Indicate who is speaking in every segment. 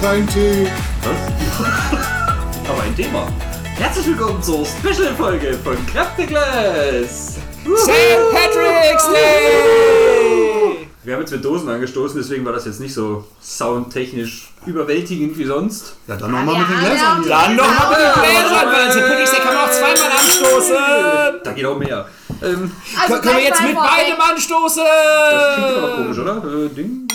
Speaker 1: Kein Tee.
Speaker 2: Aber ein Thema. Herzlich willkommen zur Special-Folge von Kräfteglas. St.
Speaker 3: Patrick's Day!
Speaker 2: Wir haben jetzt mit Dosen angestoßen, deswegen war das jetzt nicht so soundtechnisch überwältigend wie sonst.
Speaker 1: Ja, dann nochmal mit den Gläsern. hier.
Speaker 3: Dann nochmal mit den Gläsern, weil an St. Patrick's Day kann man auch zweimal anstoßen.
Speaker 2: Da geht auch mehr. Ähm,
Speaker 4: Also
Speaker 3: Können wir jetzt
Speaker 4: gleich
Speaker 3: mit
Speaker 4: mal vorweg.
Speaker 3: beidem anstoßen?
Speaker 2: das klingt aber komisch, oder? Äh, Ding.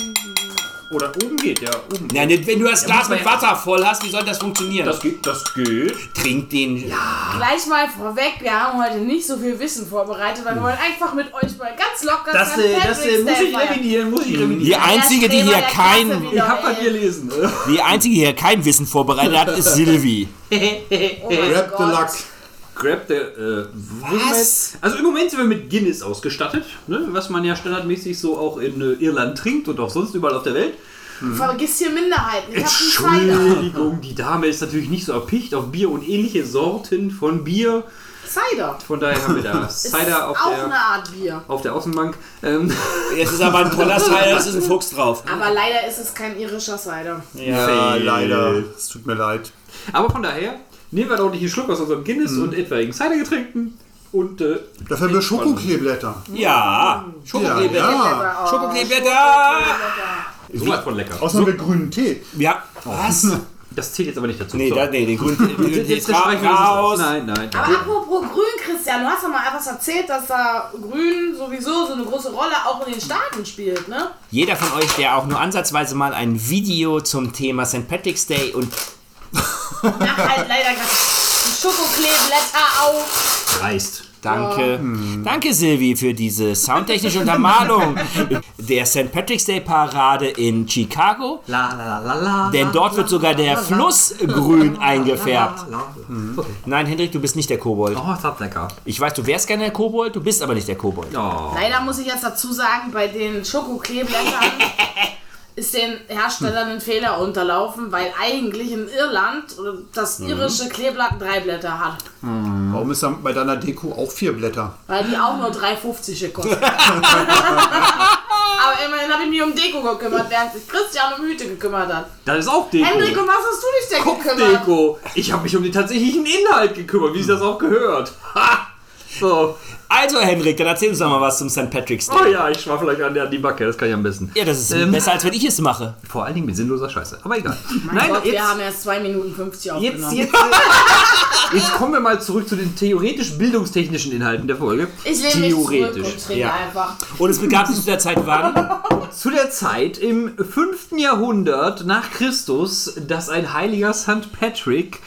Speaker 2: Oder oben geht, ja. Oben.
Speaker 3: Ja, nicht, wenn du das Glas
Speaker 2: muss man
Speaker 3: mit
Speaker 2: ja-
Speaker 3: Wasser voll hast, wie soll das funktionieren?
Speaker 2: Das geht, das geht.
Speaker 3: Trink den.
Speaker 4: Gleich mal vorweg, wir haben heute nicht so viel Wissen vorbereitet, weil wir wollen einfach mit euch mal ganz locker
Speaker 2: Das,
Speaker 4: St.
Speaker 2: äh, das äh,
Speaker 4: Patrick's
Speaker 2: muss
Speaker 4: Day
Speaker 2: ich
Speaker 4: feiern.
Speaker 2: revidieren, muss ich
Speaker 3: Die
Speaker 2: revidieren.
Speaker 3: einzige, die
Speaker 4: Thema
Speaker 3: hier
Speaker 4: der Klasse
Speaker 3: kein,
Speaker 4: wieder,
Speaker 2: Ich hab
Speaker 4: ey.
Speaker 2: was gelesen.
Speaker 3: die einzige, die hier kein Wissen vorbereitet hat, ist Silvi.
Speaker 4: Oh mein
Speaker 1: Grab the
Speaker 4: Gott.
Speaker 1: luck.
Speaker 2: Grab der. Äh,
Speaker 3: Was?
Speaker 2: Also im Moment sind wir mit Guinness ausgestattet, ne? was man ja standardmäßig so auch in äh, Irland trinkt und auch sonst überall auf der Welt.
Speaker 4: Vergiss hier Minderheiten. Ich hab einen Cider.
Speaker 2: Entschuldigung, die Dame ist natürlich nicht so erpicht auf Bier und ähnliche Sorten von Bier.
Speaker 4: Cider.
Speaker 2: Von daher haben wir da Cider auf
Speaker 4: Auch eine
Speaker 2: der,
Speaker 4: Art Bier.
Speaker 2: auf der Außenbank. Ähm,
Speaker 3: Jetzt ist aber ein toller Teil, das ist ein Fuchs drauf.
Speaker 4: Aber leider ist es kein irischer Cider.
Speaker 1: Ja, leider. Es tut mir leid.
Speaker 2: aber von daher nehmen wir doch nicht einen Schluck aus unserem Guinness
Speaker 3: Mhm.
Speaker 2: und etwaigen Cider-Getränken und äh,
Speaker 1: Dafür haben wir Schokokleeblätter.
Speaker 3: Ja. Schokokleeblätter.
Speaker 1: Ja.
Speaker 4: Oh,
Speaker 3: Schokokleeblätter.
Speaker 2: sowas von lecker.
Speaker 1: Außer wir grünen Tee.
Speaker 3: Ja. Was?
Speaker 2: Das zählt jetzt aber nicht dazu.
Speaker 3: Nee,
Speaker 2: So.
Speaker 3: da, nee, den Grund.
Speaker 2: Jetzt-
Speaker 3: Den
Speaker 2: jetzt streichen wir das
Speaker 3: raus.
Speaker 2: aus. Nein, nein.
Speaker 4: Aber apropos Grün, Christian, du hast doch mal etwas erzählt, dass da Grün sowieso so eine große Rolle auch in den Staaten spielt, ne?
Speaker 3: Jeder von euch, der auch nur ansatzweise mal ein Video zum Thema St. Patrick's Day und
Speaker 4: Ach, halt leider gerade die Schokokleeblätter auf.
Speaker 2: Reißt.
Speaker 3: Danke.
Speaker 2: Hm.
Speaker 3: Danke, Silvi, für diese soundtechnische Untermalung der St. Patrick's Day Parade in Chicago.
Speaker 2: La la la la la.
Speaker 3: Denn dort wird sogar der Fluss grün eingefärbt.
Speaker 2: Okay.
Speaker 3: Nein, Hendrik, du bist nicht der Kobold.
Speaker 2: Oh, ist das lecker.
Speaker 3: Ich weiß, du wärst gerne der Kobold, du bist aber nicht der Kobold.
Speaker 2: Oh.
Speaker 4: Leider muss ich jetzt dazu sagen, bei den Schokokleeblättern ist den Herstellern ein Fehler unterlaufen, weil eigentlich in Irland das
Speaker 2: Mhm.
Speaker 4: irische Kleeblatt drei Blätter hat.
Speaker 1: Warum ist da bei deiner Deko auch vier Blätter?
Speaker 4: Weil die auch nur 3,50 gekostet haben. Aber immerhin habe ich mich um Deko gekümmert, während sich Christian um Hüte gekümmert hat.
Speaker 2: Das ist auch Deko.
Speaker 4: Hendrik, um was hast du dich denn gekümmert?
Speaker 2: Kopfdeko. Ich habe mich um den tatsächlichen Inhalt gekümmert, wie sie das auch gehört. Ha! So.
Speaker 3: Also, Hendrik, dann erzähl uns doch mal was zum St. Patrick's Day.
Speaker 2: Oh ja, ich schwaffel euch an, an die Backe, das kann ich am besten.
Speaker 3: Ja, das ist
Speaker 2: Ähm.
Speaker 3: besser, als wenn ich es mache.
Speaker 2: Vor allen Dingen mit sinnloser Scheiße. Aber egal.
Speaker 4: Mein
Speaker 2: Nein,
Speaker 4: Gott,
Speaker 2: jetzt,
Speaker 4: wir haben erst 2 Minuten 50
Speaker 2: jetzt,
Speaker 4: aufgenommen.
Speaker 2: jetzt, jetzt kommen wir mal zurück zu den theoretisch bildungstechnischen Inhalten der Folge.
Speaker 4: ich lehne mich zurück und
Speaker 2: theoretisch.
Speaker 4: trinke
Speaker 3: Ja.
Speaker 4: einfach.
Speaker 3: Und es begab sich zu der Zeit wann?
Speaker 2: Zu der Zeit im 5. Jahrhundert nach Christus, dass ein heiliger St. Patrick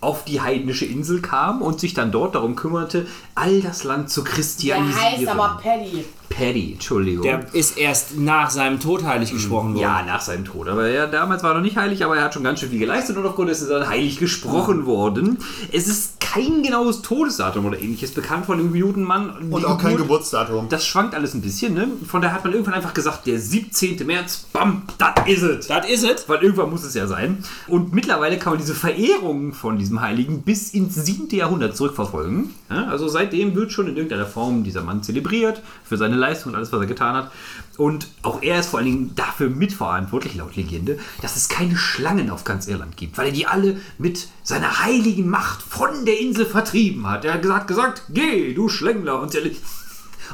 Speaker 2: auf die heidnische Insel kam und sich dann dort darum kümmerte, all das Land zu
Speaker 4: Der
Speaker 2: christianisieren.
Speaker 4: heißt aber Paddy.
Speaker 2: Paddy, Entschuldigung.
Speaker 3: Der ist erst nach seinem Tod heilig gesprochen
Speaker 2: Hm,
Speaker 3: worden.
Speaker 2: ja, nach seinem Tod. Aber er damals war er noch nicht heilig, aber er hat schon ganz schön viel geleistet und aufgrund dessen ist er dann heilig gesprochen worden. Es ist kein genaues Todesdatum oder ähnliches bekannt von dem Judenmann.
Speaker 1: Und auch kein Geburtsdatum.
Speaker 2: Das schwankt alles ein bisschen, ne? Von daher hat man irgendwann einfach gesagt, der 17. März, bam, das is it.
Speaker 3: Das is it.
Speaker 2: Weil irgendwann muss es ja sein. Und mittlerweile kann man diese Verehrung von diesem Heiligen bis ins 7. Jahrhundert zurückverfolgen. Ja, also seitdem wird schon in irgendeiner Form dieser Mann zelebriert für seine Leistung und alles, was er getan hat. Und auch er ist vor allen Dingen dafür mitverantwortlich, laut Legende, dass es keine Schlangen auf ganz Irland gibt, weil er die alle mit seiner heiligen Macht von der Insel vertrieben hat. Er hat gesagt, gesagt, geh, du Schlängler und zerleg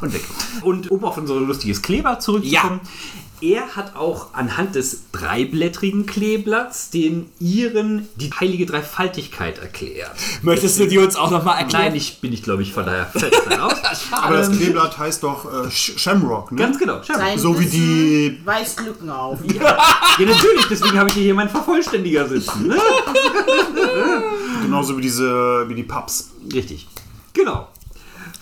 Speaker 2: und weg. Und um auf unser lustiges Kleber zurückzukommen, er hat auch anhand des dreiblättrigen Kleeblatts den Iren die heilige Dreifaltigkeit erklärt.
Speaker 3: Möchtest du die uns auch nochmal erklären?
Speaker 2: Nein, ich bin ich, glaube ich, von daher fest raus.
Speaker 1: Aber das Kleeblatt heißt doch äh, Sch- Shamrock, ne?
Speaker 2: Ganz genau, schau.
Speaker 4: Dein
Speaker 1: So wie die-
Speaker 4: Wissen Weiß Glücken auf.
Speaker 2: Ja, natürlich, deswegen habe ich hier jemanden vervollständiger sitzen. Ne?
Speaker 1: Genauso wie diese, wie die Pubs.
Speaker 2: Richtig. Genau.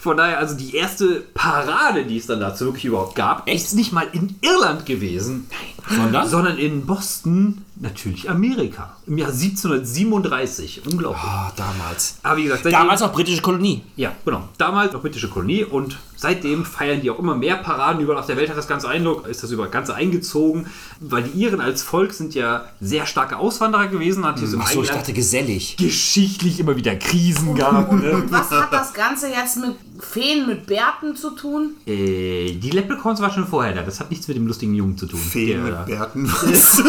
Speaker 2: Von daher, also die erste Parade, die es dann dazu wirklich überhaupt gab,
Speaker 3: Echt?
Speaker 2: ist nicht mal in Irland gewesen. Nein.
Speaker 3: Sondern?
Speaker 2: Sondern in Boston, natürlich Amerika. Im Jahr 1737. Unglaublich.
Speaker 3: Ah, damals.
Speaker 2: Aber wie gesagt, seitdem,
Speaker 3: Damals noch britische Kolonie.
Speaker 2: ja, genau. Damals noch britische Kolonie und seitdem feiern die auch immer mehr Paraden überall auf der Welt. Hat das ganze Eindruck, ist das über Ganze eingezogen, weil die Iren als Volk sind ja sehr starke Auswanderer gewesen. Hat hier so im
Speaker 3: Hm, So, ich
Speaker 2: eigenen Land
Speaker 3: dachte gesellig.
Speaker 2: geschichtlich immer wieder Krisen gab. Ne?
Speaker 4: Was hat das Ganze jetzt mit Feen mit Bärten zu tun?
Speaker 2: Äh, die Leprechauns war schon vorher da. Das hat nichts mit dem lustigen Jungen zu tun.
Speaker 1: Feen
Speaker 2: der,
Speaker 1: mit Bärten. Was?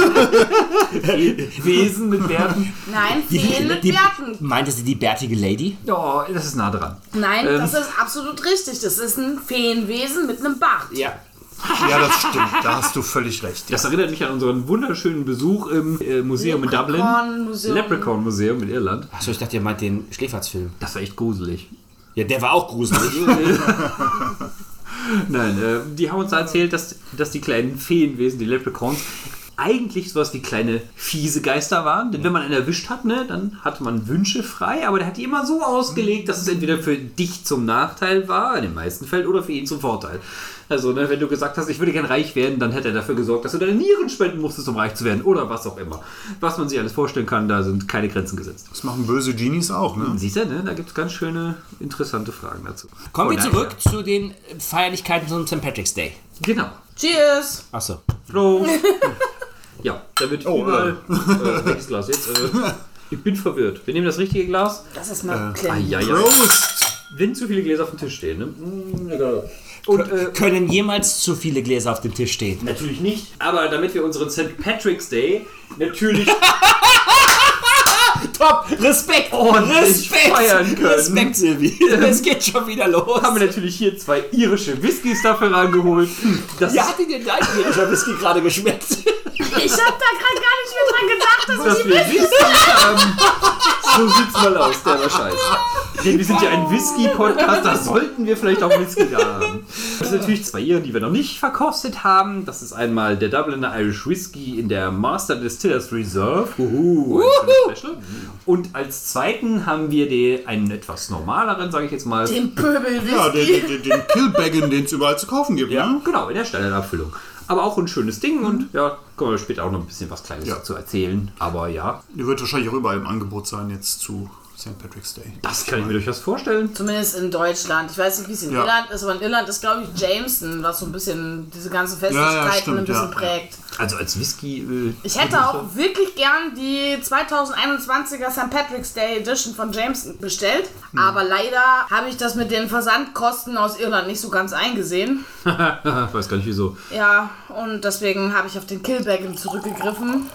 Speaker 2: Wesen mit Bärten.
Speaker 4: Nein, Feen mit Bärten.
Speaker 3: Meinte sie die bärtige Lady?
Speaker 2: Oh, das ist nah dran.
Speaker 4: Nein,
Speaker 1: Ähm.
Speaker 4: das ist absolut richtig. Das ist ein Feenwesen mit einem Bart.
Speaker 3: Ja.
Speaker 1: ja, das stimmt. Da hast du völlig recht.
Speaker 2: Das erinnert mich an unseren wunderschönen Besuch im äh, Museum in Dublin.
Speaker 4: Leprechaun-Museum.
Speaker 2: Leprechaun Museum in Irland.
Speaker 3: Achso, ich dachte, ihr meint den Schläferzfilm.
Speaker 2: Das war echt gruselig.
Speaker 3: Ja, der war auch gruselig.
Speaker 2: Nein, äh, die haben uns da erzählt, dass, dass die kleinen Feenwesen, die Leprechauns, eigentlich sowas wie kleine fiese Geister waren. Denn wenn man einen erwischt hat, ne, dann hatte man Wünsche frei, aber der hat die immer so ausgelegt, dass es entweder für dich zum Nachteil war, in den meisten Fällen, oder für ihn zum Vorteil. Also, ne, wenn du gesagt hast, ich würde gern reich werden, dann hätte er dafür gesorgt, dass du deine Nieren spenden musstest, um reich zu werden, oder was auch immer. Was man sich alles vorstellen kann, da sind keine Grenzen gesetzt.
Speaker 1: Das machen böse Genies auch, ne?
Speaker 2: Siehst du, ne, da gibt es ganz schöne, interessante Fragen dazu.
Speaker 3: Kommen wir
Speaker 2: Von
Speaker 3: zurück zu den Feierlichkeiten zum St. Patrick's Day.
Speaker 2: daher- Genau.
Speaker 4: Cheers!
Speaker 3: Achso.
Speaker 2: Prost. ja, da wird
Speaker 1: Oh,
Speaker 2: überall. Äh, welches Glas jetzt? Äh, ich bin verwirrt. Wir nehmen das richtige Glas.
Speaker 4: Das ist mal
Speaker 1: Äh,
Speaker 2: Ah,
Speaker 4: klein.
Speaker 2: ja, ja.
Speaker 1: Prost!
Speaker 2: Wenn zu viele Gläser auf dem Tisch stehen, ne? Mm, egal. Und äh,
Speaker 3: Können jemals zu viele Gläser auf dem Tisch stehen?
Speaker 2: natürlich nicht. Aber damit wir unseren St. Patrick's Day natürlich
Speaker 3: Top! Respekt!
Speaker 2: Ordentlich Oh, feiern können.
Speaker 3: Respekt, Silvi! Es geht schon wieder los!
Speaker 2: haben wir natürlich hier zwei irische Whiskys dafür rangeholt. Das
Speaker 3: ja, hat dir den gleichen irischer Whisky gerade geschmeckt?
Speaker 4: Ich hab da gerade gar nicht mehr dran gedacht, dass
Speaker 2: dass wir Whiskys haben. So sieht's mal aus, der war scheiße. Denn wir sind ja ein Whisky-Podcast, da sollten wir vielleicht auch Whisky da haben. Das sind natürlich zwei Iren, die wir noch nicht verkostet haben. Das ist einmal der Dubliner Irish Whisky in der Master Distillers Reserve. Uhu, ein schönes Special. Und als zweiten haben wir den, einen etwas normaleren, sage ich jetzt mal.
Speaker 4: den Pöbel
Speaker 1: Ja, den, den, den Killbaggen, den es überall zu kaufen gibt, ne?
Speaker 2: Genau, in der Standardabfüllung. Aber auch ein schönes Ding
Speaker 4: Mhm.
Speaker 2: und ja, können wir später auch noch ein bisschen was Kleines
Speaker 1: Ja.
Speaker 2: dazu erzählen. Aber ja,
Speaker 1: Der wird wahrscheinlich auch überall im Angebot sein jetzt zu St. Patrick's Day.
Speaker 2: das kann ich mir durchaus vorstellen.
Speaker 4: Zumindest in Deutschland. Ich weiß nicht, wie es in
Speaker 1: Ja.
Speaker 4: Irland ist, aber in Irland ist, glaube ich, Jameson, was so ein bisschen diese ganzen
Speaker 1: Ja,
Speaker 4: Festlichkeiten
Speaker 1: ja, stimmt,
Speaker 4: ein bisschen
Speaker 1: ja.
Speaker 4: prägt.
Speaker 2: Also als Whisky. Äh,
Speaker 4: Ich hätte auch wirklich gern die 2021er St. Patrick's Day Edition von Jameson bestellt, aber leider habe ich das mit den Versandkosten aus Irland nicht so ganz eingesehen.
Speaker 2: Ich weiß gar nicht wieso.
Speaker 4: Ja, und deswegen habe ich auf den Kilbaggen zurückgegriffen,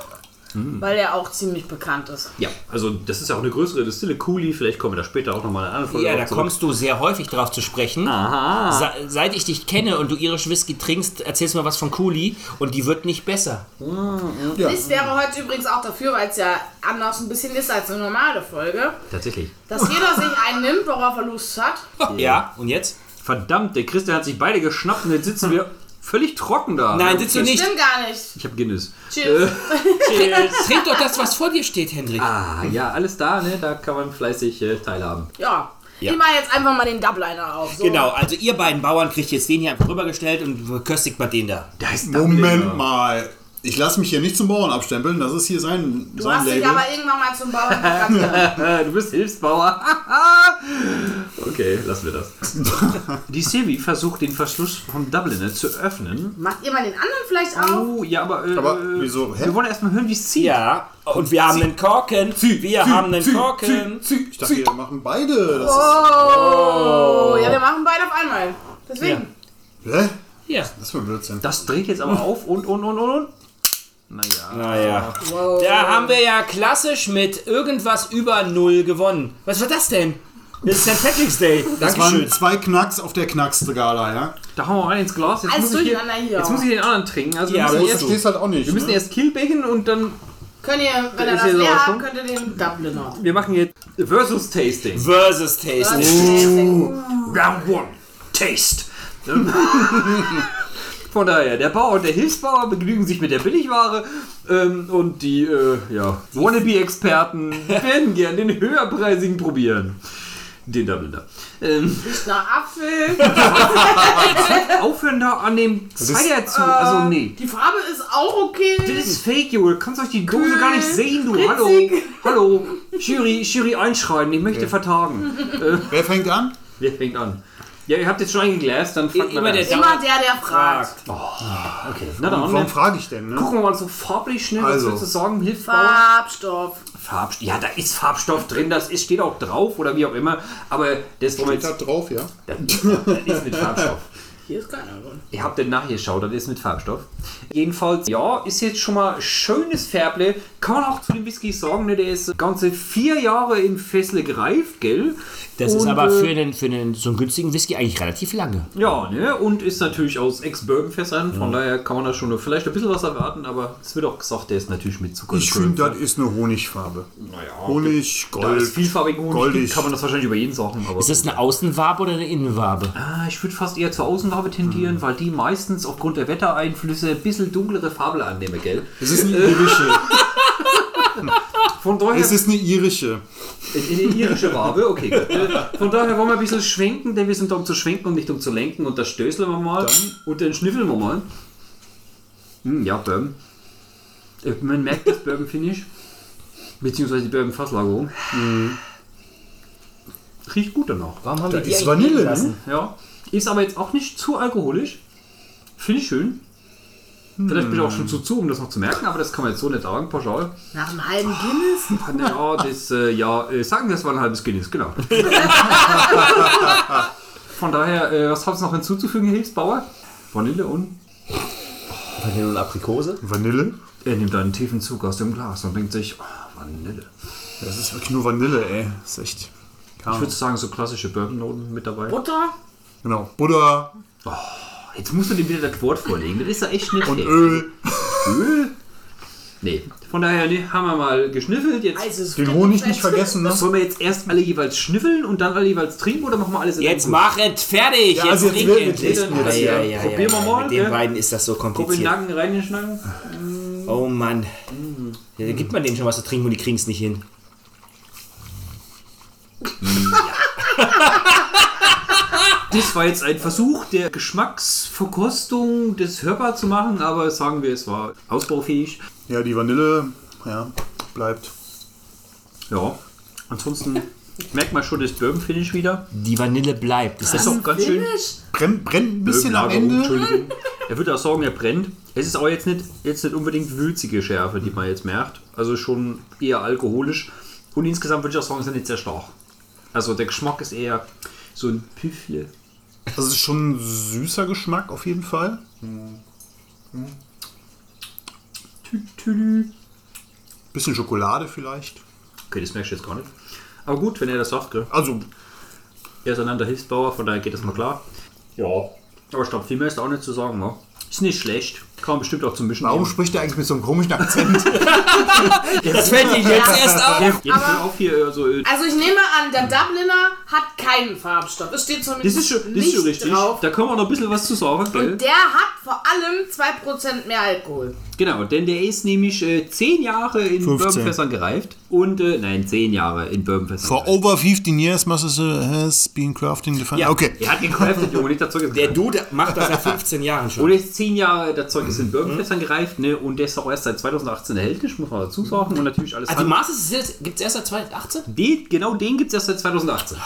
Speaker 4: weil er auch ziemlich bekannt ist.
Speaker 2: Ja, also das ist auch eine größere Distille. Cooley, vielleicht kommen wir da später auch nochmal eine andere Folge
Speaker 3: Ja, da
Speaker 2: drauf
Speaker 3: kommst du sehr häufig drauf zu sprechen. Se seit ich dich kenne und du irisch Whisky trinkst, erzählst du mir was von Cooley und die wird nicht besser.
Speaker 4: Ich wäre heute übrigens auch dafür, weil es ja anders ein bisschen ist als eine normale Folge,
Speaker 2: zurück. Tatsächlich.
Speaker 4: dass jeder sich einen nimmt, worauf er Lust hat.
Speaker 3: Ja, und jetzt?
Speaker 2: Verdammt, der Christian hat sich beide geschnappt und jetzt sitzen wir völlig trocken da.
Speaker 3: Nein, sitzt du nicht.
Speaker 4: Stimmt gar nicht.
Speaker 2: Ich habe Guinness.
Speaker 4: Cheers.
Speaker 3: Trink doch das, was vor dir steht, Hendrik.
Speaker 2: Ah, ja, alles da, ne? Da kann man fleißig äh, teilhaben.
Speaker 4: Ja.
Speaker 3: Ja.
Speaker 4: Ich mache jetzt einfach mal den Doubliner auf. So.
Speaker 3: Genau, also ihr beiden Bauern kriegt jetzt den hier einfach rübergestellt und köstigt mal den da.
Speaker 2: Da ist
Speaker 1: Moment mal. Ich lasse mich hier nicht zum Bauern abstempeln. Das ist hier sein,
Speaker 4: Du
Speaker 1: sein
Speaker 4: hast dich
Speaker 1: Label.
Speaker 4: aber irgendwann mal zum Bauern gegangen.
Speaker 2: Äh, du bist Hilfsbauer. okay, lassen wir das. Die Silvi versucht den Verschluss vom Dubliner zu öffnen.
Speaker 4: Macht ihr mal den anderen vielleicht auf?
Speaker 2: Oh, ja, aber. Äh,
Speaker 1: Aber wieso? Hä?
Speaker 2: Wir wollen erstmal hören, wie es zieht.
Speaker 3: Ja, und wir haben einen Korken. Wir haben einen Korken.
Speaker 1: ich dachte, wir machen beide. Das
Speaker 4: Oh. Ja, wir machen beide auf einmal. Deswegen.
Speaker 1: ist, hä?
Speaker 3: Ja.
Speaker 1: Was für ein Blödsinn.
Speaker 2: Das dreht jetzt aber auf und und und und und. Naja.
Speaker 3: Naja.
Speaker 4: Wow.
Speaker 3: Ah, Da haben wir ja klassisch mit irgendwas über Null gewonnen. Was war das denn? Das ist St. Patrick's Day.
Speaker 1: Das waren
Speaker 3: Dankeschön.
Speaker 1: zwei Knacks auf der Knacksskala, ja?
Speaker 2: Da hauen wir rein ins Glas. Jetzt,
Speaker 4: Alles
Speaker 2: muss ich, hier,
Speaker 4: durcheinander hier.
Speaker 2: jetzt muss ich den anderen trinken. Also
Speaker 3: Ja,
Speaker 2: wir,
Speaker 1: Aber
Speaker 2: müssen
Speaker 1: ich
Speaker 2: erst,
Speaker 1: versteh's halt auch nicht.
Speaker 2: wir müssen
Speaker 1: ne?
Speaker 2: erst Killbacon und dann.
Speaker 4: Könnt ihr, wenn ihr
Speaker 2: Ist jetzt
Speaker 4: das
Speaker 2: aber
Speaker 4: leer
Speaker 2: schon.
Speaker 4: habt, könnt ihr den Doubliner.
Speaker 2: Wir machen jetzt Versus Tasting.
Speaker 3: Versus
Speaker 4: Oh.
Speaker 3: Tasting.
Speaker 2: Round one. Taste. Von daher, der Bauer und der Hilfsbauer begnügen sich mit der Billigware ähm, und die äh, ja, Wannabe-Experten werden gern den höherpreisigen probieren. Den Dubliner. Ähm,
Speaker 4: Riecht nach Apfel.
Speaker 2: aufhören da an dem Zweier zu. Also, nee.
Speaker 4: Die Farbe ist auch okay.
Speaker 2: Das ist fake, Junge. Du kannst euch die Dose gar nicht sehen, du. Hallo.
Speaker 4: Ritzig.
Speaker 2: Hallo. Jury, Jury einschreiten. Ich möchte vertagen.
Speaker 1: Wer fängt an?
Speaker 2: Wer fängt an? Ja, ihr habt jetzt schon eingeglast, dann fangt
Speaker 3: Immer
Speaker 2: mal
Speaker 3: der
Speaker 2: an.
Speaker 4: Immer der, der fragt.
Speaker 3: Okay.
Speaker 2: Na dann,
Speaker 5: Warum
Speaker 2: dann
Speaker 5: frage ich denn? Ne?
Speaker 2: gucken wir mal so farblich schnell, was
Speaker 5: Also.
Speaker 2: willst du sagen, Hilfe.
Speaker 4: Farbstoff.
Speaker 2: Farbstoff. Ja, da ist Farbstoff drin, das ist, steht auch drauf oder wie auch immer. Aber das ist
Speaker 1: Steht da drauf, ja.
Speaker 2: ist mit Farbstoff.
Speaker 4: Hier ist keiner drin.
Speaker 2: Ihr habt denn nachgeschaut, das ist mit Farbstoff. Jedenfalls, ja, ist jetzt schon mal schönes Färble. Kann man auch zu dem Whisky sagen, ne? der ist ganze vier Jahre in Fessel gereift, gell?
Speaker 3: Das ist
Speaker 2: Und,
Speaker 3: aber
Speaker 2: äh,
Speaker 3: für, den, für den, so einen günstigen Whisky eigentlich relativ lange.
Speaker 2: Ja, ne? Und ist natürlich aus Ex-Bourbon-Fässern, von daher kann man da schon vielleicht ein bisschen was erwarten, aber es wird auch gesagt, der ist natürlich mit Zucker
Speaker 5: Ich finde, das ist eine Honigfarbe. Honig,
Speaker 2: Da
Speaker 5: Gold.
Speaker 2: ist vielfarbig und
Speaker 5: goldig.
Speaker 2: kann man das wahrscheinlich über jeden sagen. Aber
Speaker 3: Ist das eine Außenwabe oder eine Innenwabe?
Speaker 2: Ah, ich würde fast eher zur Außenfarbe tendieren, weil die meistens aufgrund der Wettereinflüsse ein bisschen dunklere Farbe annehmen, gell?
Speaker 1: Es ist eine irische.
Speaker 2: Von daher
Speaker 1: es ist eine irische.
Speaker 2: In die irische Wabe, okay. Gut. Äh, Von daher wollen wir ein bisschen schwenken, denn wir sind da um zu schwenken und nicht um zu lenken. Und das stößeln wir mal und dann schnüffeln wir mal. Hm, ja, Bourbon. Äh, Man merkt das Bourbon-Finish, beziehungsweise die Bourbon-Fasslagerung. Hm. Riecht gut danach.
Speaker 3: Warum haben
Speaker 1: Da ist Vanille, ne?
Speaker 2: Ja. Ist aber jetzt auch nicht zu alkoholisch. Finde ich schön. Vielleicht bin ich auch schon zu zu, um das noch zu merken, aber das kann man jetzt so nicht sagen, pauschal.
Speaker 4: Nach einem halben Guinness?
Speaker 2: Ja, das, äh, ja, äh, sagen wir, es war ein halbes Guinness, genau. Von daher, äh, was hast du noch hinzuzufügen, Hilfsbauer? Vanille und?
Speaker 3: Vanille und Aprikose?
Speaker 5: Vanille?
Speaker 2: Er nimmt einen tiefen Zug aus dem Glas und denkt sich, oh, Vanille.
Speaker 5: Das ist wirklich nur Vanille, ey. Das ist echt.
Speaker 2: Ich würde sagen, so klassische Bourbon-Noten mit dabei.
Speaker 4: Butter?
Speaker 5: Genau. Buddha
Speaker 2: Jetzt musst du dem wieder das Wort vorlegen, das ist ja echt nicht fair.
Speaker 5: Öl.
Speaker 2: Nee. Von daher nee, haben wir mal geschnüffelt. Jetzt
Speaker 4: Heißes
Speaker 5: Den Honig nicht vergessen, ne?
Speaker 2: Also, sollen wir jetzt erst alle jeweils schnüffeln und dann alle jeweils trinken oder machen wir alles in
Speaker 3: Jetzt
Speaker 2: machen
Speaker 3: mach es fertig!
Speaker 5: Ja, also jetzt
Speaker 3: trink
Speaker 5: wir- wir
Speaker 3: endlich!
Speaker 2: testen jetzt
Speaker 3: ja, ja,
Speaker 2: hier.
Speaker 3: ja,
Speaker 2: Probieren wir mal,
Speaker 3: Mit den
Speaker 2: gell?
Speaker 3: beiden ist das so kompliziert.
Speaker 2: Kopenhagen reingeschnacken.
Speaker 3: Oh Mann. Ja, da gibt man denen schon was zu trinken und die kriegen es nicht hin.
Speaker 2: Das war jetzt ein Versuch der Geschmacksverkostung des hörbar zu machen, aber sagen wir, es war ausbaufähig.
Speaker 5: Ja, die Vanille, ja, bleibt.
Speaker 2: Ja, ansonsten merkt man schon das Bourbon-Finish wieder.
Speaker 3: Die Vanille bleibt. Ist das
Speaker 2: Das ist auch ganz schön.
Speaker 4: Finish?
Speaker 5: Brennt, brennt ein bisschen am
Speaker 2: Bourbon-Lagerung,
Speaker 5: Ende.
Speaker 2: Entschuldigung. Er würde auch sagen, er brennt. Es ist auch jetzt nicht, jetzt nicht unbedingt würzige Schärfe, die man jetzt merkt. Also schon eher alkoholisch. Und insgesamt würde ich auch sagen, es ist nicht sehr stark. Also der Geschmack ist eher so ein Püffle.
Speaker 5: Das ist schon ein süßer Geschmack auf jeden Fall.
Speaker 2: Tüdelü.
Speaker 5: Bisschen Schokolade vielleicht.
Speaker 2: Okay, das merkst du jetzt gar nicht. Aber gut, wenn er das sagt, gell?
Speaker 5: Also,
Speaker 2: Er ist einander Hilfsbauer, von daher geht das mal klar. Ja. Aber ich glaube, viel mehr ist da auch nicht zu sagen, ne? Ist nicht schlecht. Kann man bestimmt auch zum Mischen.
Speaker 5: warum
Speaker 2: nehmen.
Speaker 5: spricht er eigentlich mit so einem komischen Akzent?
Speaker 3: Das fällt dir jetzt erst auf.
Speaker 2: Ja, Jetzt hör auf hier, also, äh,
Speaker 4: Also ich nehme an, der Dubliner hat keinen Farbstoff. Es steht zumindest
Speaker 2: das ist schon, das
Speaker 4: nicht
Speaker 2: ist schon richtig.
Speaker 4: drauf.
Speaker 2: Da können wir noch ein bisschen was zu sagen, gell?
Speaker 4: Und der hat vor allem 2% mehr Alkohol.
Speaker 2: Genau, denn der ist nämlich äh, 10 Jahre in
Speaker 5: 15.
Speaker 2: Bourbonfässern gereift. Und, äh, nein, 10 Jahre in Bourbonfässern. gereift.
Speaker 5: over 15 years must has been crafting the
Speaker 3: Ja.
Speaker 5: Okay.
Speaker 2: Er hat gecraftet, Junge, nicht dazu gesagt.
Speaker 3: Der Dude macht das seit 15 Jahren schon.
Speaker 2: Und jetzt zehn Jahre, das Zeug ist in Bourbonfässern gereift, ne? Und der ist auch erst seit 2018 erhältlich, muss man dazu sagen. Und natürlich alles
Speaker 3: Also die
Speaker 2: andere.
Speaker 3: Masters gibt es erst seit 2018?
Speaker 2: Den, genau den gibt es erst seit 2018.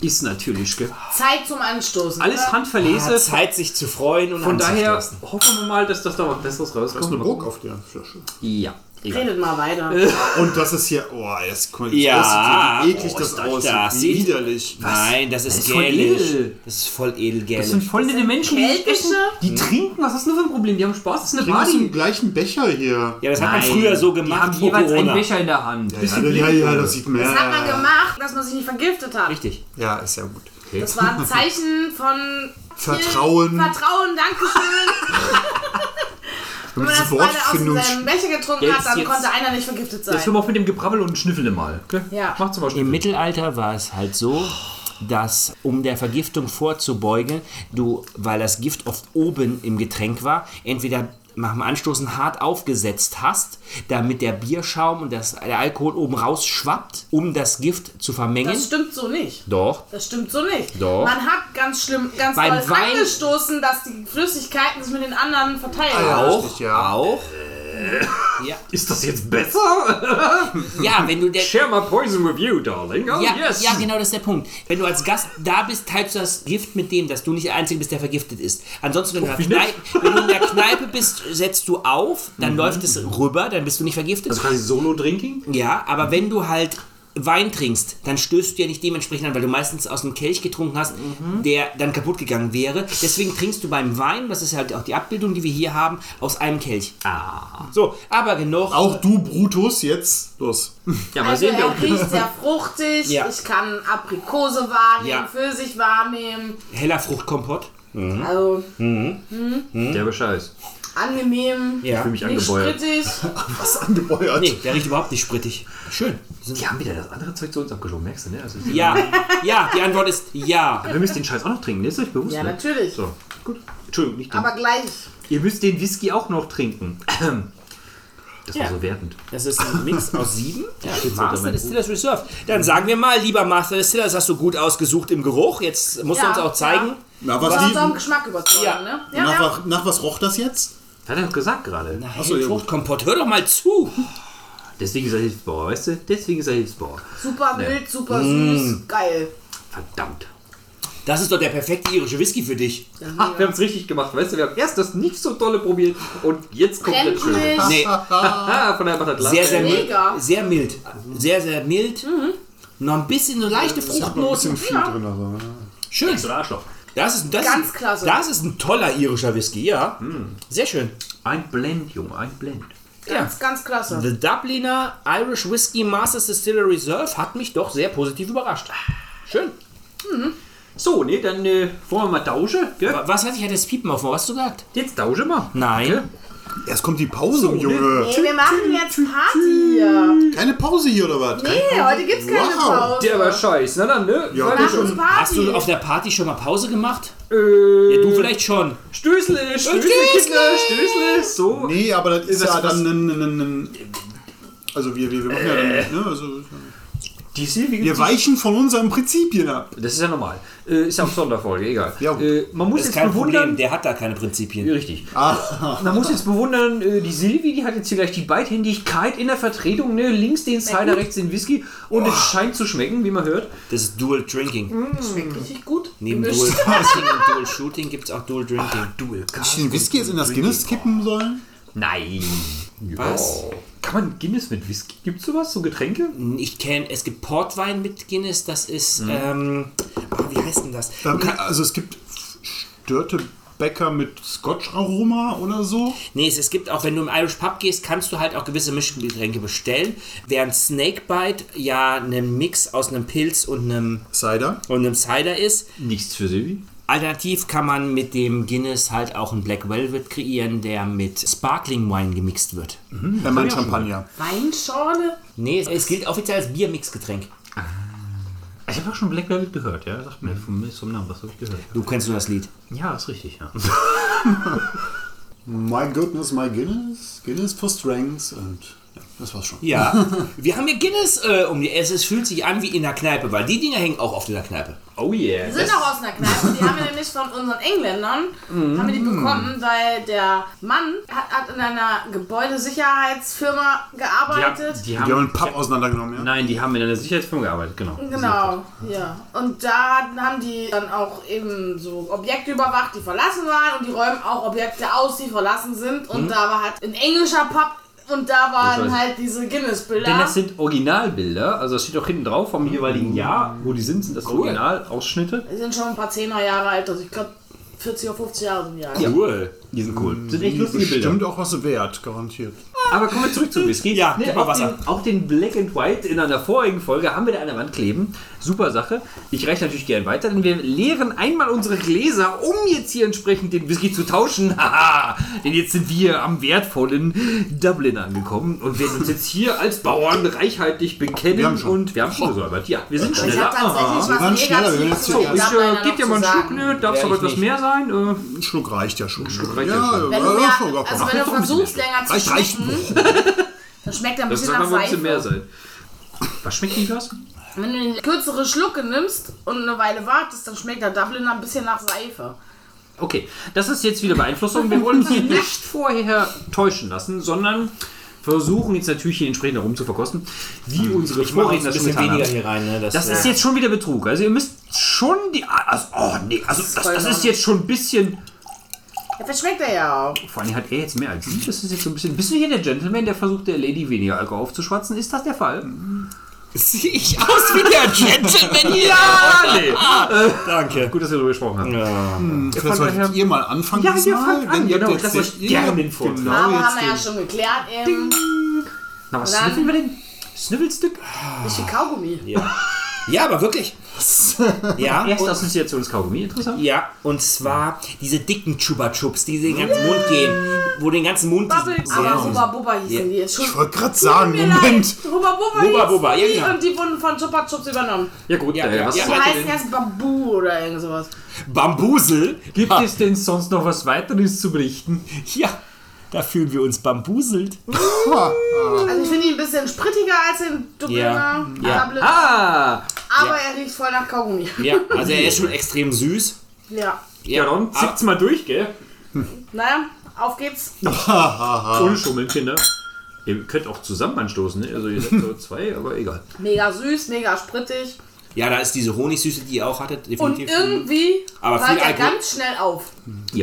Speaker 2: Ist natürlich, gell?
Speaker 4: Zeit zum Anstoßen.
Speaker 2: Alles
Speaker 4: oder?
Speaker 2: handverlese.
Speaker 3: Zeit, sich zu freuen und
Speaker 2: Äh, Von
Speaker 3: anzulassen.
Speaker 2: daher hoffen wir mal, dass das da was Besseres rauskommt. Mal gucken.
Speaker 5: auf der Flasche.
Speaker 2: Ja. Egal.
Speaker 4: Redet mal weiter.
Speaker 5: Und das ist hier, oh, das, das
Speaker 3: Ja.
Speaker 5: aussieht, wie eklig
Speaker 3: Oh,
Speaker 5: das
Speaker 3: ist das-
Speaker 5: aussieht,
Speaker 3: das
Speaker 5: wie
Speaker 3: sieht-
Speaker 5: widerlich.
Speaker 3: Nein, das ist,
Speaker 2: Das ist voll
Speaker 3: gälisch.
Speaker 2: edel.
Speaker 3: Das ist voll
Speaker 2: Das sind
Speaker 3: edelgälisch.
Speaker 2: voll nette Menschen, die nicht
Speaker 4: keltische?
Speaker 2: essen. Die trinken, was ist denn für ein Problem? Die haben Spaß, das ist eine
Speaker 5: Die aus dem
Speaker 2: Party.
Speaker 5: gleichen Becher hier.
Speaker 3: Ja, das hat man
Speaker 2: Nein.
Speaker 3: früher so
Speaker 2: Die
Speaker 3: gemacht
Speaker 2: haben
Speaker 3: vor
Speaker 2: jeweils einen
Speaker 3: Corona.
Speaker 2: Becher in der Hand.
Speaker 5: Ja, ja, ja, das sieht man.
Speaker 4: Das hat man
Speaker 5: Ja,
Speaker 4: gemacht, dass man sich nicht vergiftet hat.
Speaker 3: Richtig.
Speaker 5: ja, ist ja gut.
Speaker 4: Das war ein Zeichen von viel
Speaker 5: Vertrauen.
Speaker 4: Vertrauen, Dankeschön.
Speaker 5: Wenn
Speaker 4: Wenn
Speaker 5: man
Speaker 4: man das
Speaker 5: diese
Speaker 4: beide aus
Speaker 5: Wortfindung
Speaker 4: seinem Becher getrunken
Speaker 2: Jetzt-
Speaker 4: hat, dann
Speaker 2: jetzt-
Speaker 4: konnte einer nicht vergiftet sein.
Speaker 2: Jetzt hören wir auf mit dem Gebrabbel und schnüffeln mal. Okay?
Speaker 4: Ja.
Speaker 2: Macht zum Beispiel.
Speaker 3: Im Mittelalter war es halt so, dass um der Vergiftung vorzubeugen, du, weil das Gift oft oben im Getränk war, entweder nach dem Anstoßen hart aufgesetzt hast, damit der Bierschaum und das, der Alkohol oben rausschwappt, um das Gift zu vermengen.
Speaker 4: Das stimmt so nicht.
Speaker 3: Doch.
Speaker 4: Das stimmt so nicht.
Speaker 3: Doch.
Speaker 4: Man hat ganz schlimm, ganz
Speaker 3: Beim
Speaker 4: doll
Speaker 3: Wein-
Speaker 2: Ah
Speaker 4: angestoßen, dass die Flüssigkeiten sich mit den anderen verteilen.
Speaker 5: Ja,
Speaker 3: Auch,
Speaker 5: richtig, ja.
Speaker 3: auch. Ja.
Speaker 2: Ist das jetzt besser?
Speaker 3: ja, wenn du der.
Speaker 2: Share my poison with you, darling. Oh,
Speaker 3: Ja,
Speaker 2: yes.
Speaker 3: ja, genau, das ist der Punkt. Wenn du als Gast da bist, teilst du das Gift mit dem, dass du nicht der Einzige bist, der vergiftet ist. Ansonsten, wenn du, in der
Speaker 2: nicht?
Speaker 3: Kneipe, wenn du in der Kneipe bist, setzt du auf, dann läuft es rüber, dann bist du nicht vergiftet.
Speaker 2: Mhm. Also quasi Solo-Drinking?
Speaker 3: Ja, aber wenn du halt Wein trinkst, dann stößt du ja nicht dementsprechend an, weil du meistens aus einem Kelch getrunken hast,
Speaker 2: Mhm.
Speaker 3: der dann kaputt gegangen wäre. Deswegen trinkst du beim Wein, das ist halt auch die Abbildung, die wir hier haben, aus einem Kelch.
Speaker 2: Ah.
Speaker 3: So, aber genug.
Speaker 1: Auch du, Brutus, jetzt los.
Speaker 2: Ja, mal
Speaker 4: Also
Speaker 2: sehen,
Speaker 4: er
Speaker 2: wir
Speaker 4: riecht sehr fruchtig,
Speaker 3: Ja.
Speaker 4: ich kann Aprikose wahrnehmen,
Speaker 3: Ja.
Speaker 4: Pfirsich wahrnehmen,
Speaker 3: Heller Fruchtkompott.
Speaker 2: Hm?
Speaker 4: also
Speaker 2: Der Bescheiß.
Speaker 4: angenehm,
Speaker 2: Ich
Speaker 3: Ja.
Speaker 2: fühle mich
Speaker 4: nicht
Speaker 2: angebeuert.
Speaker 4: sprittig.
Speaker 1: Was angebeuert.
Speaker 3: Nee, der riecht überhaupt nicht sprittig. Schön.
Speaker 2: Die haben wieder das andere Zeug zu uns abgeschoben, merkst du, ne? Also,
Speaker 3: Ja, ja, die Antwort ist ja.
Speaker 2: Wir müssen den Scheiß auch noch trinken, ne? ist euch bewusst?
Speaker 4: Ja,
Speaker 2: ne?
Speaker 4: natürlich.
Speaker 2: So, gut. Entschuldigung, nicht den.
Speaker 4: Aber gleich.
Speaker 2: Ihr müsst den Whisky auch noch trinken. Das war
Speaker 3: Ja.
Speaker 2: so wertend.
Speaker 3: Das ist ein Mix aus sieben. Ja,
Speaker 2: unter
Speaker 3: Master
Speaker 2: meinem
Speaker 3: Distillers Reserve. Dann sagen wir mal, lieber Master Distillers, hast du gut ausgesucht im Geruch. Jetzt musst du
Speaker 4: Ja,
Speaker 3: uns auch zeigen.
Speaker 4: ja.
Speaker 1: Na,
Speaker 4: Von
Speaker 1: was,
Speaker 4: unserem
Speaker 1: nach,
Speaker 4: Geschmack überzeugen,
Speaker 3: Ja.
Speaker 4: ne? Ja, ja.
Speaker 1: nach, nach was roch das jetzt?
Speaker 2: Hat er doch gesagt gerade.
Speaker 3: Na,
Speaker 1: Achso, ja, gut.
Speaker 3: Fruchtkompott, hör doch mal zu.
Speaker 2: Deswegen ist er Hilfsbauer, weißt du? Deswegen ist er Hilfsbauer.
Speaker 4: Super wild, super süß, geil.
Speaker 2: Verdammt.
Speaker 3: Das ist doch der perfekte irische Whisky für dich.
Speaker 2: Ach, wir haben es richtig gemacht, weißt du? Wir haben erst das nicht so tolle probiert und jetzt kommt das Schöne.
Speaker 4: Brennlich,
Speaker 3: Nee,
Speaker 2: Ah, von der macht das Glas.
Speaker 3: sehr, sehr mild.
Speaker 4: Mega. Mhm.
Speaker 3: Sehr mild. Sehr, sehr mild. Noch ein bisschen so leichte
Speaker 5: Ein
Speaker 3: Fruchtnoten.
Speaker 5: bisschen viel drin. Also.
Speaker 3: Schön.
Speaker 2: So ein Arschloch.
Speaker 3: Das ist, das
Speaker 4: Ganz
Speaker 3: ist,
Speaker 4: klasse.
Speaker 3: Das ist ein toller irischer Whisky, ja.
Speaker 5: Mhm.
Speaker 3: Sehr schön.
Speaker 2: Ein Blend, Junge, ein Blend.
Speaker 3: Ja.
Speaker 4: ganz, ganz klasse.
Speaker 3: The Dubliner Irish Whiskey Masters Distillery Reserve hat mich doch sehr positiv überrascht. Schön.
Speaker 2: So, ne, dann äh, wollen wir mal tauschen, gell?
Speaker 3: Wa- Was hatte ich ja das Piepen auf? Was hast du gesagt?
Speaker 2: Jetzt tauschen wir.
Speaker 3: Nein.
Speaker 2: Gell?
Speaker 1: Erst kommt die Pause, Junge.
Speaker 4: Nee, wir machen jetzt Party hier.
Speaker 1: Keine Pause hier oder was?
Speaker 4: ne. Nee, heute gibt's keine
Speaker 1: Wow.
Speaker 4: Pause.
Speaker 2: Der war scheiß, na dann, ne? Ja,
Speaker 4: Mach uns Party.
Speaker 3: Hast du auf der Party schon mal Pause gemacht?
Speaker 2: äh,
Speaker 3: Ja, du vielleicht schon.
Speaker 2: Stößle, Stößle, Kinder, Stößle. So.
Speaker 1: Nee, aber das ist
Speaker 2: Das
Speaker 1: ja
Speaker 2: was-
Speaker 1: dann ein, ein, ein, ein. Also wir, wir, wir machen ja dann. Ne, also,
Speaker 2: Die Silvige
Speaker 1: wir weichen von unseren Prinzipien ab.
Speaker 2: Das ist ja normal. Äh, ist ja auch Sonderfolge, egal.
Speaker 1: Ja.
Speaker 2: Äh, man muss
Speaker 3: Das ist
Speaker 2: jetzt
Speaker 3: kein
Speaker 2: bewundern.
Speaker 3: Problem, der hat da keine Prinzipien.
Speaker 2: Richtig. Man muss jetzt bewundern, äh, die Silvi, die hat jetzt hier gleich die Beidhändigkeit in der Vertretung, ne? links den Cider, rechts den Whisky und es scheint zu schmecken, wie man hört.
Speaker 3: Das ist Dual Drinking.
Speaker 4: schmeckt richtig gut.
Speaker 3: Neben
Speaker 4: Gemischt.
Speaker 3: Dual Casting und Dual Shooting gibt es auch Dual Drinking. Ah,
Speaker 1: Hätte ich den Whisky jetzt in das Guinness kippen sollen?
Speaker 2: Nein.
Speaker 3: Was?
Speaker 2: Kann man Guinness mit Whisky? Gibt's sowas? So Getränke?
Speaker 3: Ich kenne, es gibt Portwein mit Guinness, das ist, ähm, ah, wie heißt denn das?
Speaker 1: Ähm, Also es gibt störte Bäcker mit Scotch-Aroma oder so.
Speaker 3: Nee, es, es gibt auch, wenn du im Irish Pub gehst, kannst du halt auch gewisse Mischgetränke bestellen, während Snakebite ja ein Mix aus einem Pilz und einem,
Speaker 1: Cider.
Speaker 3: und einem Cider ist.
Speaker 2: Nichts für Silvi.
Speaker 3: Alternativ kann man mit dem Guinness halt auch einen Black Velvet kreieren, der mit Sparkling Wine gemixt wird.
Speaker 1: Wenn man Champagner.
Speaker 4: Weinschorle?
Speaker 3: Nee, es, es gilt offiziell als Biermixgetränk.
Speaker 2: Ich habe auch schon Black Velvet gehört, ja? Sagt mir vom, vom Namen, was habe ich gehört?
Speaker 3: Du kennst nur das Lied.
Speaker 2: Ja, ist richtig, ja.
Speaker 1: My goodness, my Guinness. Guinness for Strengths. Und ja, das war's schon.
Speaker 3: Ja. Wir haben hier Guinness äh, um die Es es fühlt sich an wie in der Kneipe, weil die Dinger hängen auch oft in der Kneipe.
Speaker 2: Oh yeah.
Speaker 4: Wir sind auch aus einer Kneipe. Die haben wir nämlich von unseren Engländern haben wir die bekommen, weil der Mann hat, hat in einer Gebäudesicherheitsfirma gearbeitet.
Speaker 1: Die haben einen Pub auseinandergenommen, ja?
Speaker 2: Nein, die haben in einer Sicherheitsfirma gearbeitet, genau.
Speaker 4: Genau, ja. Und da haben die dann auch eben so Objekte überwacht, die verlassen waren und die räumen auch Objekte aus, die verlassen sind. Und da war halt ein englischer Pub und da
Speaker 2: Mhm. Das
Speaker 4: waren
Speaker 2: heißt-
Speaker 4: halt diese
Speaker 2: Denn
Speaker 4: Guinness-Bilder.
Speaker 2: das sind Originalbilder, also das steht auch hinten drauf vom jeweiligen Jahr, wo die sind, sind das Originalausschnitte.
Speaker 4: Die sind schon ein paar zehner Jahre alt, also ich glaube 40 oder 50 Jahre sind die alt.
Speaker 3: Cool.
Speaker 2: Die sind cool. Sind echt lustige Bilder.
Speaker 1: Stimmt auch was wert, garantiert.
Speaker 2: Aber kommen wir zurück zu Whisky.
Speaker 3: Ja,
Speaker 2: Ne,
Speaker 3: gib mal
Speaker 2: auch,
Speaker 3: Wasser.
Speaker 2: den, auch den Black and White in einer vorigen Folge haben wir da an der Wand kleben. Super Sache. Ich reiche natürlich gern weiter, denn wir leeren einmal unsere Gläser, um jetzt hier entsprechend den Whisky zu tauschen. Haha, denn jetzt sind wir am wertvollen Dublin angekommen und werden uns jetzt hier als Bauern reichhaltig bekennen
Speaker 1: haben schon.
Speaker 2: und wir haben schon gesäubert. Ja, wir sind
Speaker 4: Also Ich
Speaker 2: schneller.
Speaker 4: habe tatsächlich
Speaker 1: waren
Speaker 4: was
Speaker 1: schneller, wir
Speaker 4: Negatives
Speaker 1: sind
Speaker 4: zu
Speaker 1: jetzt
Speaker 2: So,
Speaker 1: Ja,
Speaker 4: den
Speaker 2: ich äh,
Speaker 4: Dublinern
Speaker 2: geb dir
Speaker 4: noch
Speaker 2: mal einen
Speaker 4: zu
Speaker 2: Schluck,
Speaker 4: sagen.
Speaker 2: ne? Darf es
Speaker 3: Ja,
Speaker 2: aber
Speaker 3: ich
Speaker 2: etwas
Speaker 3: nicht.
Speaker 2: mehr sein? Äh,
Speaker 1: Ein Schluck reicht ja schon. Schluck
Speaker 2: reicht ja schon.
Speaker 4: Wenn du
Speaker 1: ja,
Speaker 4: mehr,
Speaker 1: schon gar
Speaker 4: also
Speaker 1: kein-
Speaker 4: wenn du versuchst, länger zu
Speaker 1: Reicht, reicht.
Speaker 4: schmecken, dann schmeckt er ein
Speaker 2: das
Speaker 4: bisschen
Speaker 2: soll
Speaker 4: nach
Speaker 2: aber ein bisschen mehr
Speaker 4: Seife.
Speaker 2: sein. Was schmeckt denn das?
Speaker 4: Wenn du den kürzere Schlucke nimmst und eine Weile wartest, dann schmeckt der Dubliner ein bisschen nach Seife.
Speaker 2: Okay, das ist jetzt wieder Beeinflussung. Wir wollen uns nicht vorher täuschen lassen, sondern versuchen jetzt natürlich hier entsprechend herum zu verkosten, wie unsere
Speaker 3: Hm, Ich mache jetzt
Speaker 2: Vorredner
Speaker 3: ein
Speaker 2: schon
Speaker 3: bisschen
Speaker 2: getan haben.
Speaker 3: weniger hier rein. Ne?
Speaker 2: Das ist jetzt schon wieder Betrug. Also ihr müsst schon die... Also, oh nee, also das, das ist jetzt schon ein bisschen...
Speaker 4: Ja, verschmeckt er ja auch.
Speaker 2: Vor allem hat er jetzt mehr als sie. Das ist jetzt so ein bisschen... Bist du hier der Gentleman, der versucht, der Lady weniger Alkohol aufzuschwatzen? Ist das der Fall?
Speaker 3: Sehe ich aus wie der Gentleman hier?
Speaker 2: Ah, nee.
Speaker 3: Danke.
Speaker 2: Gut, dass wir darüber gesprochen haben.
Speaker 1: Vielleicht
Speaker 2: von
Speaker 1: solltet
Speaker 2: daher-
Speaker 1: ihr mal anfangen.
Speaker 2: Ja,
Speaker 1: diesmal,
Speaker 2: ihr fangt an,
Speaker 1: wenn ihr
Speaker 2: genau.
Speaker 1: jetzt
Speaker 2: Das
Speaker 1: nicht-
Speaker 2: ist gerne
Speaker 1: Ja,
Speaker 2: den Vorteil.
Speaker 1: genau,
Speaker 4: Aber
Speaker 1: jetzt
Speaker 4: haben wir ja
Speaker 1: den-
Speaker 4: schon geklärt ähm. eben.
Speaker 2: Na, was
Speaker 4: Dann-
Speaker 2: sniffeln Ah, wir denn? Sniffelstück?
Speaker 4: Bisschen Kaugummi.
Speaker 3: Ja, aber wirklich. Ja,
Speaker 2: Erste
Speaker 3: und,
Speaker 2: Assoziation ist Kaugummi, interessant.
Speaker 3: ja, und zwar diese dicken Chupa Chups, die den ganzen Mund gehen, wo den ganzen Mund.
Speaker 4: Aber Hubba Bubba hießen
Speaker 3: Ja.
Speaker 4: die. Entschuldigung.
Speaker 1: Ich wollte gerade sagen,
Speaker 4: Tut mir
Speaker 1: Moment.
Speaker 4: leid. Hubba Bubba,
Speaker 3: Hubba
Speaker 4: hießen
Speaker 3: Bubba, ja,
Speaker 4: die
Speaker 3: genau.
Speaker 4: Und die wurden von Chupa Chups übernommen.
Speaker 2: Ja gut,
Speaker 3: Ja,
Speaker 2: äh,
Speaker 3: ja,
Speaker 2: was
Speaker 3: ja.
Speaker 4: Die
Speaker 2: sollte
Speaker 4: heißen
Speaker 2: denn?
Speaker 4: erst Babu oder irgend sowas.
Speaker 3: Bambusel.
Speaker 2: Gibt
Speaker 3: Ha,
Speaker 2: es denn sonst noch was weiteres zu berichten?
Speaker 3: Ja, da fühlen wir uns bambuselt.
Speaker 4: Also ich finde ihn ein bisschen sprittiger als den Dubliner.
Speaker 3: Ja.
Speaker 4: Dublin,
Speaker 2: Ah,
Speaker 4: Aber er riecht voll nach Kaugummi.
Speaker 3: Ja, also er ist schon extrem süß.
Speaker 4: Ja.
Speaker 3: Ja,
Speaker 2: dann zieht's mal durch, gell?
Speaker 4: Naja, auf geht's.
Speaker 1: Ah.
Speaker 2: Ohne Schummeln, Kinder. Ihr könnt auch zusammen anstoßen, ne? Also ihr seid so zwei, aber egal.
Speaker 4: Mega süß, mega sprittig.
Speaker 3: ja, da ist diese Honigsüße, die ihr auch hattet,
Speaker 4: Und
Speaker 3: definitiv.
Speaker 4: irgendwie
Speaker 3: Aber
Speaker 4: hört
Speaker 3: viel
Speaker 4: er
Speaker 3: Alkohol.
Speaker 4: ganz schnell auf.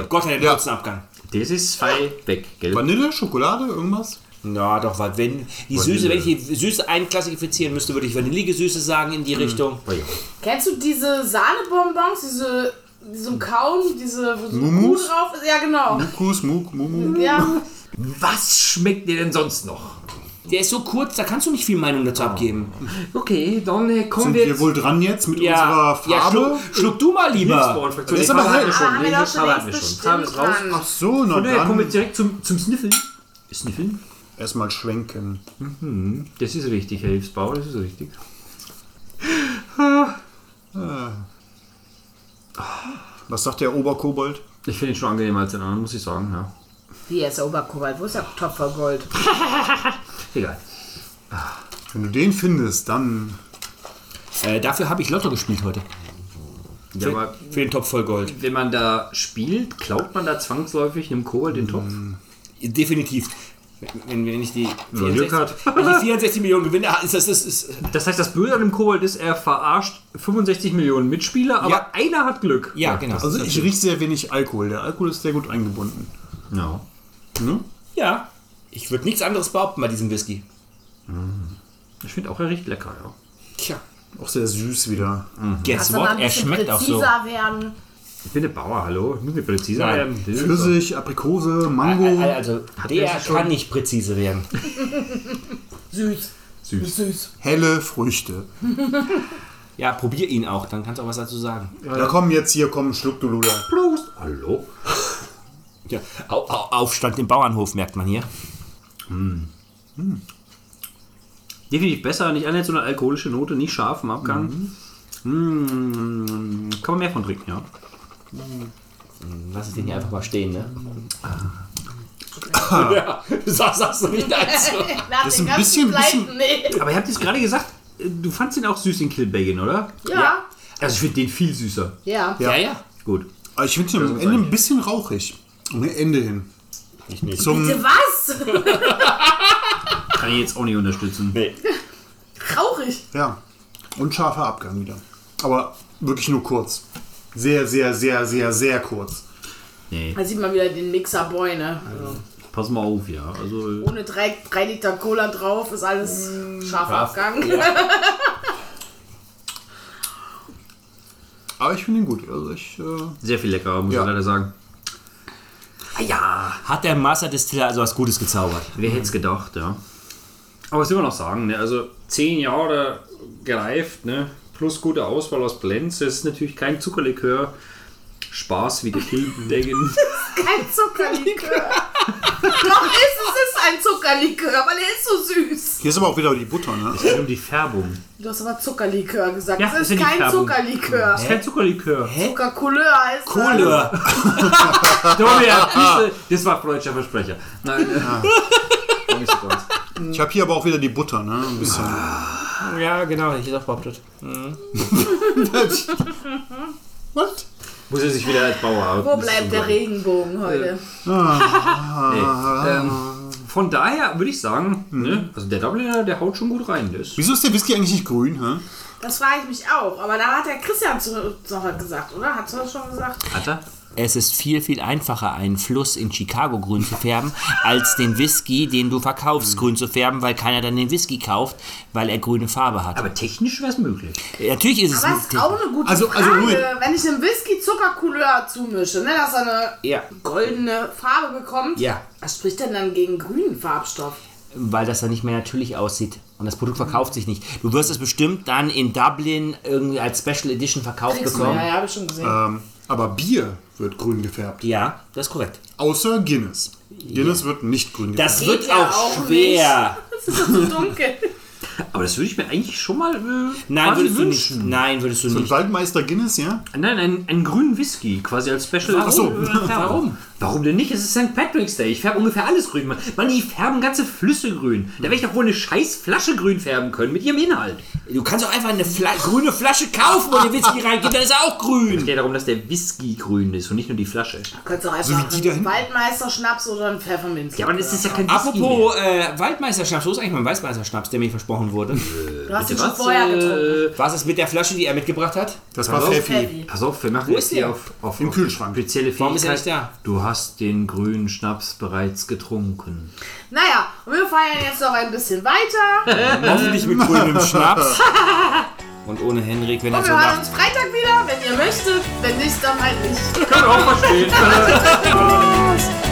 Speaker 3: Gott hat den
Speaker 1: Ja.
Speaker 3: kurzen Abgang.
Speaker 2: Das ist frei weg, gell?
Speaker 1: Vanille, Schokolade, irgendwas?
Speaker 3: Na doch, weil wenn die Süße, wenn ich die Süße einklassifizieren müsste, würde ich vanillige Süße sagen in die Richtung.
Speaker 4: Kennst du diese Sahnebonbons, diese die so kauen, diese wo so Kuh drauf ist? Ja, genau.
Speaker 1: Kuss, Muk, Mumu.
Speaker 4: Ja.
Speaker 2: Was schmeckt dir denn sonst noch?
Speaker 3: Der ist so kurz, da kannst du nicht viel Meinung dazu abgeben.
Speaker 2: Okay, dann äh, kommen
Speaker 1: Sind
Speaker 2: wir
Speaker 1: wir
Speaker 2: jetzt...
Speaker 1: wohl dran jetzt mit unserer
Speaker 3: ja
Speaker 1: Farbe?
Speaker 3: schluck, schluck du mal lieber.
Speaker 2: Hilfsbauernfraktion.
Speaker 1: Ist
Speaker 2: Die
Speaker 1: aber
Speaker 2: Farbe hatten wir
Speaker 1: hell.
Speaker 2: schon,
Speaker 4: Aber Ah, haben wir
Speaker 2: ne?
Speaker 4: doch
Speaker 2: Die
Speaker 4: schon
Speaker 2: Farbe hatten wir
Speaker 4: längst
Speaker 2: schon. Farbe ist
Speaker 4: bestimmt
Speaker 2: raus.
Speaker 4: dran.
Speaker 1: Ach so, na
Speaker 2: Und daher kommen wir
Speaker 1: dann.
Speaker 2: jetzt direkt zum, zum Sniffeln. Sniffeln?
Speaker 1: Erstmal schwenken.
Speaker 2: Das ist richtig, Herr Hilfsbauer, das ist richtig.
Speaker 1: Was sagt der Oberkobold?
Speaker 2: Ich finde ihn schon angenehmer als den anderen, muss ich sagen, ja.
Speaker 4: Wie ist der Oberkobalt? Wo ist der Topf voll Gold?
Speaker 2: Egal.
Speaker 1: Wenn du den findest, dann.
Speaker 3: Äh, dafür habe ich Lotto gespielt heute.
Speaker 2: Ja, aber
Speaker 3: Für den Topf voll Gold.
Speaker 2: wenn man da spielt, klaut man da zwangsläufig einem Kobold den Topf?
Speaker 3: Definitiv. Wenn, wenn ich die
Speaker 2: Glück
Speaker 3: 64,
Speaker 2: hat.
Speaker 3: wenn ich die 64 Millionen gewinne, ah, ist das ist, ist,
Speaker 2: Das heißt, das Böse an dem Kobold ist, er verarscht 65 Millionen Mitspieler, aber
Speaker 3: Ja.
Speaker 2: einer hat Glück.
Speaker 3: ja genau.
Speaker 1: Also, ich rieche sehr wenig Alkohol. Der Alkohol ist sehr gut eingebunden.
Speaker 2: Ja.
Speaker 1: Ne?
Speaker 3: ja, ich würde nichts anderes behaupten bei diesem Whisky.
Speaker 2: Ich finde auch, er riecht lecker, ja.
Speaker 3: Tja,
Speaker 1: Auch sehr süß wieder.
Speaker 3: guess
Speaker 4: Soll mal
Speaker 3: what?
Speaker 4: ein
Speaker 3: Er
Speaker 4: bisschen
Speaker 3: schmeckt auch so.
Speaker 4: präziser werden.
Speaker 2: Ich bin der Bauer, hallo. Müssen wir präziser
Speaker 3: Nein.
Speaker 2: werden? Das ist so.
Speaker 1: Pfirsich, Aprikose, Mango.
Speaker 3: Also der
Speaker 2: er schon?
Speaker 3: kann nicht präzise werden.
Speaker 4: Süß.
Speaker 2: Süß.
Speaker 4: Süß.
Speaker 1: Helle Früchte.
Speaker 3: Ja, probier ihn auch, dann kannst du auch was dazu sagen.
Speaker 1: Da kommen jetzt hier, komm, Schluck du Luda.
Speaker 2: Prost. Hallo.
Speaker 3: Ja, Au, Au, Aufstand im Bauernhof merkt man hier.
Speaker 2: Definitiv besser, nicht annähernd so eine alkoholische Note, nicht scharf im Abgang.
Speaker 3: Mhm.
Speaker 2: Mm. Kann man mehr von trinken, ja.
Speaker 3: Lass es den hier einfach mal stehen, ne? Ja, sag- sagst du nicht dazu.
Speaker 4: Nach
Speaker 1: ist
Speaker 4: den
Speaker 1: ein
Speaker 4: ganzen
Speaker 1: bisschen-
Speaker 4: Pleiten,
Speaker 1: bisschen-
Speaker 4: nee.
Speaker 2: Aber ihr habt es gerade gesagt, du fandst ihn auch süß in Kilbagin, oder?
Speaker 4: Ja.
Speaker 2: Also ich finde den viel süßer.
Speaker 4: Ja.
Speaker 3: Ja, ja.
Speaker 2: Gut.
Speaker 1: Aber ich finde ihn am Ende ein bisschen rauchig. Am Ende hin. Zum,
Speaker 4: Was?
Speaker 2: Kann ich jetzt auch nicht unterstützen.
Speaker 4: Rauchig.
Speaker 1: ja. Und scharfer Abgang wieder. Aber wirklich nur kurz. Sehr, sehr, sehr, sehr, sehr kurz.
Speaker 2: Nee,
Speaker 4: Da sieht man wieder den Mixer-Boy, ne? Also,
Speaker 2: pass mal auf, ja. Also,
Speaker 4: ohne drei, drei Liter Cola drauf ist alles scharf Abgang.
Speaker 1: Aber ich finde ihn gut. Also ich, äh,
Speaker 2: sehr viel leckerer, muss
Speaker 1: Ja.
Speaker 2: ich leider sagen. Ah Ja,
Speaker 3: Hat der Master Distiller also was Gutes gezaubert?
Speaker 2: wer hätte es gedacht, ja. Aber was will man noch sagen, ne? Also, zehn Jahre gereift, ne? Plus gute Auswahl aus Blends. Das ist natürlich kein Zuckerlikör. Spaß wie Kilbagin.
Speaker 4: Kein Zuckerlikör. Doch ist es ist ein Zuckerlikör, weil er ist so süß.
Speaker 1: hier ist aber auch wieder die Butter, ne?
Speaker 2: Es geht um die Färbung.
Speaker 4: Du hast aber Zuckerlikör gesagt.
Speaker 2: Ja,
Speaker 4: es ist,
Speaker 2: ist ja die
Speaker 4: kein
Speaker 2: Färbung.
Speaker 4: Zuckerlikör.
Speaker 2: Das ist kein Zuckerlikör.
Speaker 4: Zuckercouleur heißt das.
Speaker 3: Coole.
Speaker 2: Doria, das war freudscher Versprecher. Nein. äh, nicht so ganz.
Speaker 1: Ich habe hier aber auch wieder die Butter, ne? Ein bisschen.
Speaker 3: Ja, genau, hätte ich doch behauptet.
Speaker 1: What?
Speaker 2: Muss er sich wieder als Bauer.
Speaker 4: Wo bleibt der Regenbogen heute?
Speaker 2: Nee. Ähm, von daher würde ich sagen, ne, also der Dubliner, der haut schon gut rein. Der ist
Speaker 1: Wieso ist der Whisky eigentlich nicht grün? Hä?
Speaker 4: Das frage ich mich auch. Aber da hat der Christian zu, noch was gesagt, oder? Hat er schon gesagt?
Speaker 2: hat er.
Speaker 3: Es ist viel, viel einfacher, einen Fluss in Chicago grün zu färben, als den Whisky, den du verkaufst, grün zu färben, weil keiner dann den Whisky kauft, weil er grüne Farbe hat.
Speaker 2: Aber technisch wäre es möglich.
Speaker 3: Natürlich ist es
Speaker 4: Das ist auch eine gute
Speaker 1: Also-
Speaker 4: Frage.
Speaker 1: also Ruhe.
Speaker 4: Wenn ich einem Whisky Zuckercouleur zumische, ne, dass er eine
Speaker 3: Ja.
Speaker 4: goldene Farbe bekommt,
Speaker 3: Ja.
Speaker 4: was spricht denn dann gegen grünen Farbstoff?
Speaker 3: weil das dann nicht mehr natürlich aussieht. Und das Produkt verkauft sich nicht. Du wirst es bestimmt dann in Dublin irgendwie als Special Edition verkauft
Speaker 4: Kriegst du, ja,
Speaker 3: bekommen.
Speaker 4: ja, habe ich schon gesehen.
Speaker 1: Ähm, aber Bier wird grün gefärbt.
Speaker 3: Ja, das ist korrekt.
Speaker 1: Außer Guinness. Guinness wird nicht grün gefärbt.
Speaker 3: Das
Speaker 4: Geht
Speaker 3: wird
Speaker 4: ja
Speaker 3: auch,
Speaker 4: auch
Speaker 3: schwer.
Speaker 4: Es ist so dunkel.
Speaker 2: Aber das würde ich mir eigentlich schon mal äh,
Speaker 3: Nein,
Speaker 2: quasi
Speaker 3: würdest du nicht.
Speaker 2: wünschen.
Speaker 3: Nein, würdest du
Speaker 1: Und
Speaker 3: nicht.
Speaker 1: Waldmeister Guinness, ja?
Speaker 2: Nein, einen, einen grünen Whisky, quasi als Special.
Speaker 1: Ach so.
Speaker 2: Äh, Färbung. Warum? Warum denn nicht? Es ist St. Patrick's Day. Ich färbe ungefähr alles grün. Mann, Mann, die färben ganze Flüsse grün. Da werde ich doch wohl eine scheiß Flasche grün färben können mit ihrem Inhalt.
Speaker 3: Du kannst auch einfach eine Fla grüne Flasche kaufen und den Whisky reingeben, dann ist er auch
Speaker 2: Es
Speaker 3: grün.
Speaker 2: geht darum, dass der Whisky grün ist und nicht nur die Flasche.
Speaker 4: Könntest du auch
Speaker 1: wie
Speaker 4: einfach
Speaker 1: die da
Speaker 4: einen
Speaker 1: hinten.
Speaker 4: Waldmeister-Schnaps oder einen Pfefferminz.
Speaker 2: Ja, aber das ist ja kein Whisky. mehr.
Speaker 3: Apropos äh, Waldmeisterschnaps, wo ist eigentlich mein Waldmeisterschnaps, der mir versprochen wurde?
Speaker 4: du hast ihn schon
Speaker 2: Was,
Speaker 4: vorher getrunken.
Speaker 2: äh,
Speaker 3: Was ist mit der Flasche, die er mitgebracht hat?
Speaker 1: Das war
Speaker 2: Hallo?
Speaker 1: Pfeffi.
Speaker 4: Heavy.
Speaker 2: Pass auf, wir machen jetzt
Speaker 3: ist
Speaker 2: hier
Speaker 3: der?
Speaker 2: auf, auf
Speaker 1: Im
Speaker 2: auf
Speaker 1: Kühlschrank.
Speaker 2: Spezielle
Speaker 3: Warum
Speaker 2: Fähigkeit.
Speaker 3: ist er nicht da?
Speaker 2: Du hast den grünen Schnaps bereits getrunken.
Speaker 4: Naja, und wir feiern jetzt noch ein bisschen weiter.
Speaker 3: Hoffentlich mit grünem Schnaps. Und ohne Henrik, wenn er
Speaker 4: Und
Speaker 3: so
Speaker 4: Oh, wir hören
Speaker 3: macht.
Speaker 4: uns Freitag wieder, wenn ihr möchtet. Wenn nicht, dann halt nicht.
Speaker 2: Kann auch verstehen.
Speaker 4: Tschüss.